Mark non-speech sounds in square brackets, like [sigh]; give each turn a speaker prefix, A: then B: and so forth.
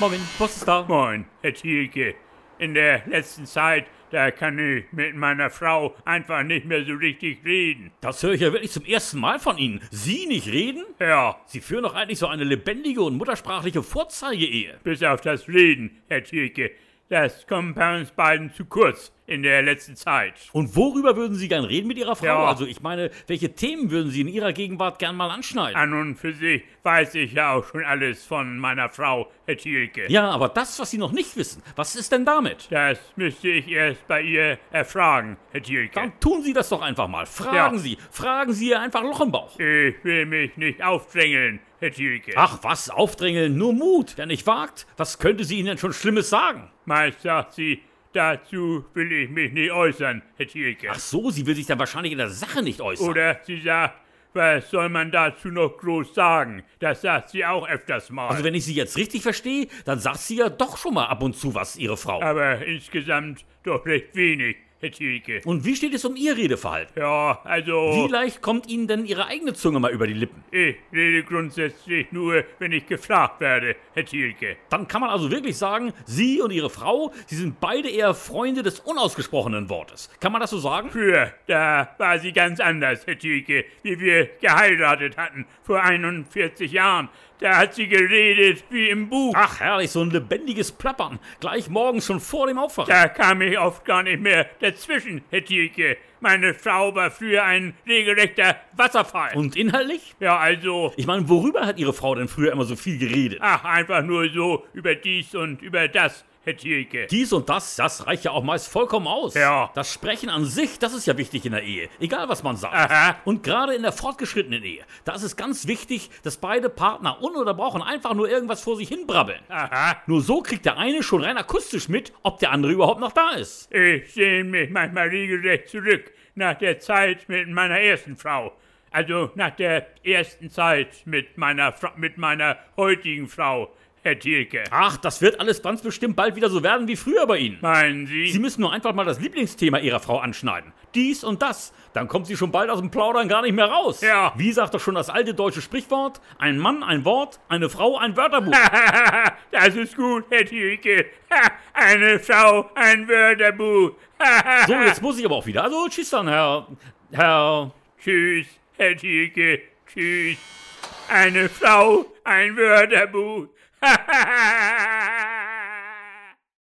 A: Moin, was ist da?
B: Moin, Herr Thielke. In der letzten Zeit, da kann ich mit meiner Frau einfach nicht mehr so richtig reden.
A: Das höre ich ja wirklich zum ersten Mal von Ihnen. Sie nicht reden?
B: Ja,
A: Sie führen doch eigentlich so eine lebendige und muttersprachliche Vorzeige-Ehe.
B: bis auf das Reden, Herr Thielke. Das kommt bei uns beiden zu kurz in der letzten Zeit.
A: Und worüber würden Sie gern reden mit Ihrer Frau?
B: Ja.
A: Also ich meine, welche Themen würden Sie in Ihrer Gegenwart gern mal anschneiden?
B: An und für sich weiß ich ja auch schon alles von meiner Frau, Herr Thielke.
A: ja, aber das, was Sie noch nicht wissen, was ist denn damit?
B: Das müsste ich erst bei ihr erfragen, Herr Thielke.
A: Dann tun Sie das doch einfach mal. Fragen
B: Ja.
A: Sie. Fragen Sie ihr einfach Loch im Bauch.
B: Ich will mich nicht aufdrängeln, Herr Thielke.
A: Ach was, aufdrängeln, nur Mut. Wer nicht wagt, was könnte sie Ihnen denn schon Schlimmes sagen?
B: Meist sagt sie, dazu will ich mich nicht äußern, Herr Thielke.
A: Ach so, sie will sich dann wahrscheinlich in der Sache nicht äußern.
B: Oder sie sagt, was soll man dazu noch groß sagen? Das sagt sie auch öfters mal.
A: Also wenn ich Sie jetzt richtig verstehe, dann sagt sie ja doch schon mal ab und zu was, Ihre Frau.
B: Aber insgesamt doch recht wenig, Herr Thielke.
A: Und wie steht es um Ihr Redeverhalten?
B: Ja,
A: Wie
B: also,
A: leicht kommt Ihnen denn Ihre eigene Zunge mal über die Lippen?
B: ich rede grundsätzlich nur, wenn ich gefragt werde, Herr Thielke.
A: Dann kann man also wirklich sagen, Sie und Ihre Frau, Sie sind beide eher Freunde des unausgesprochenen Wortes. Kann man das so sagen?
B: Früher, da war sie ganz anders, Herr Thielke, wie wir geheiratet hatten, vor 41 Jahren. Da hat sie geredet wie im Buch.
A: Ach herrlich, so ein lebendiges Plappern. Gleich morgens schon vor dem Aufwachen.
B: Da kam ich oft gar nicht mehr dazwischen, Herr Thielke. Meine Frau war früher ein regelrechter Wasserfall.
A: Und inhaltlich?
B: Ja, also,
A: Ich meine, worüber hat Ihre Frau denn früher immer so viel geredet?
B: ach, einfach nur so über dies und über das, Herr Thielke.
A: Dies und das, das reicht ja auch meist vollkommen aus.
B: Ja.
A: Das Sprechen an sich, das ist ja wichtig in der Ehe. Egal, was man sagt.
B: Aha.
A: Und gerade in der fortgeschrittenen Ehe, da ist es ganz wichtig, dass beide Partner ununterbrochen einfach nur irgendwas vor sich hinbrabbeln.
B: Aha,
A: Nur so kriegt der eine schon rein akustisch mit, ob der andere überhaupt noch da ist.
B: ich sehne mich manchmal regelrecht zurück nach der Zeit mit meiner ersten Frau. Also nach der ersten Zeit mit meiner, Fra mit meiner heutigen Frau, Herr Thielke.
A: Ach, das wird alles ganz bestimmt bald wieder so werden wie früher bei Ihnen.
B: Meinen
A: Sie müssen nur einfach mal das Lieblingsthema Ihrer Frau anschneiden. Dies und das. Dann kommt sie schon bald aus dem Plaudern gar nicht mehr raus.
B: Ja.
A: Wie sagt doch schon das alte deutsche Sprichwort? Ein Mann, ein Wort, eine Frau, ein Wörterbuch.
B: [laughs] das ist gut, Herr Thielke. Ha, [laughs] eine Frau, ein Wörterbuch. [laughs]
A: So, jetzt muss ich aber auch wieder. Also, tschüss dann, Herr. Herr.
B: Tschüss, Herr Thielke. [laughs] Tschüss. Eine Frau, ein Wörterbuch.